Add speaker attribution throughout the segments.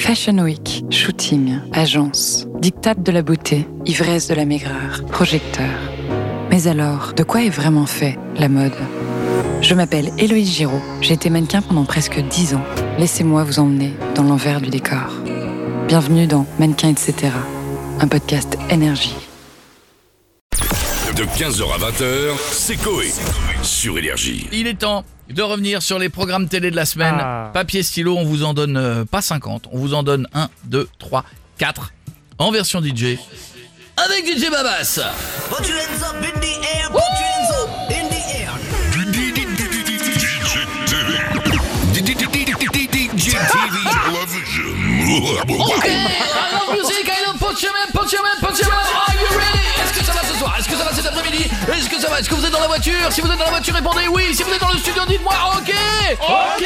Speaker 1: Fashion Week, shooting, agence, dictate de la beauté, ivresse de la maigreur, projecteur. Mais alors, de quoi est vraiment fait la mode Je m'appelle Héloïse Giraud, j'ai été mannequin pendant presque 10 ans. Laissez-moi vous emmener dans l'envers du décor. Bienvenue dans Mannequin etc., un podcast énergie.
Speaker 2: De 15h à 20h, c'est Coé sur Énergie.
Speaker 3: Il est temps de revenir sur les programmes télé de la semaine.
Speaker 4: Ah.
Speaker 3: Papier, stylo, on vous en donne euh, pas 50, on vous en donne 1, 2, 3, 4 en version DJ. Avec DJ Babas
Speaker 5: Put your hands up in the air, put your hands up in the air.
Speaker 3: Ok Alors musique, I don't punch your man, punch your man, punch your man Are you ready Est-ce que ça va ce soir Est-ce que ça va cet après-midi Est-ce que ça va Est-ce que vous êtes dans la voiture Si vous êtes dans la voiture, répondez oui Si vous êtes dans le studio, dites-moi ok Ok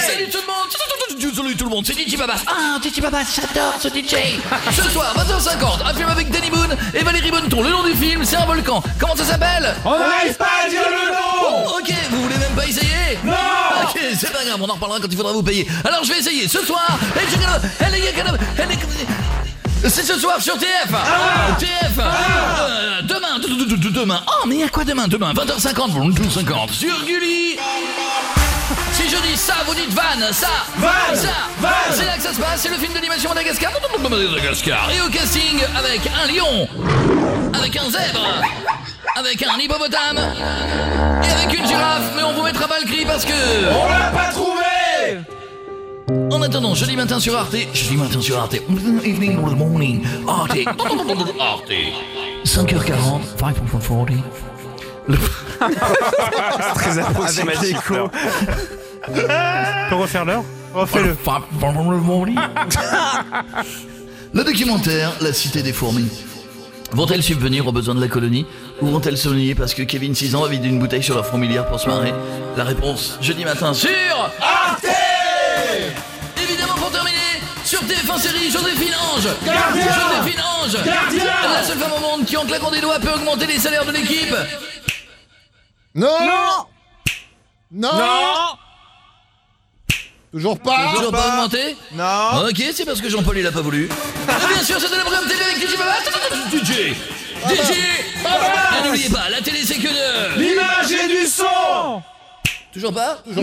Speaker 3: Salut tout le monde Salut tout le monde, c'est DJ Babas Ah, DJ Babas, j'adore ce DJ Ce soir, 20h50, un film avec Danny Boone et Valérie Bonneton. Le nom du film, c'est un volcan. Comment ça s'appelle
Speaker 4: On n'arrive pas à dire le nom
Speaker 3: Oh, Ok, vous voulez même pas essayer Non Ok, c'est pas grave, on en reparlera quand il faudra vous payer. Alors je vais essayer ce soir. et je gagne- elle est- elle est- elle est- C'est ce soir sur TF
Speaker 4: Ah
Speaker 3: TF Euh, Demain, de- de- de- demain Oh mais il y a quoi demain Demain, 20h50, 22h50 Sur Gulli si je dis ça, vous dites van, ça,
Speaker 4: Van,
Speaker 3: ça,
Speaker 4: van.
Speaker 3: c'est là que ça se passe, c'est le film d'animation Madagascar. Madagascar. Et au casting, avec un lion, avec un zèbre, avec un hippopotame, et avec une girafe, mais on vous mettra pas le cri parce que...
Speaker 4: On l'a pas trouvé
Speaker 3: En attendant, jeudi matin sur Arte. Jeudi matin sur Arte. Evening, good morning. Arte. Arte. 5h40, 5h40.
Speaker 6: très approximatif. là.
Speaker 4: On peut refaire l'heure Refais-le.
Speaker 3: Le documentaire La Cité des Fourmis. Vont-elles subvenir aux besoins de la colonie Ou vont-elles s'ennuyer parce que Kevin 6 ans a vidé une bouteille sur leur fourmilière pour se marrer La réponse, jeudi matin sur Arte Évidemment pour terminer, sur TF1 série Joséphine Ange
Speaker 4: Gardien
Speaker 3: Joséphine Ange
Speaker 4: Gardien
Speaker 3: La seule femme au monde qui en claquant des doigts peut augmenter les salaires de l'équipe
Speaker 7: Non Non,
Speaker 4: Non
Speaker 7: Toujours pas
Speaker 3: Toujours pas augmenté
Speaker 6: Non.
Speaker 3: Ok, c'est parce que Jean-Paul il a pas voulu. Et bien sûr, c'était le programme télé avec DJ Babas. DJ DJ Et Ah, n'oubliez pas, la télé c'est que de...
Speaker 4: L'image et du son
Speaker 3: Toujours pas
Speaker 7: Non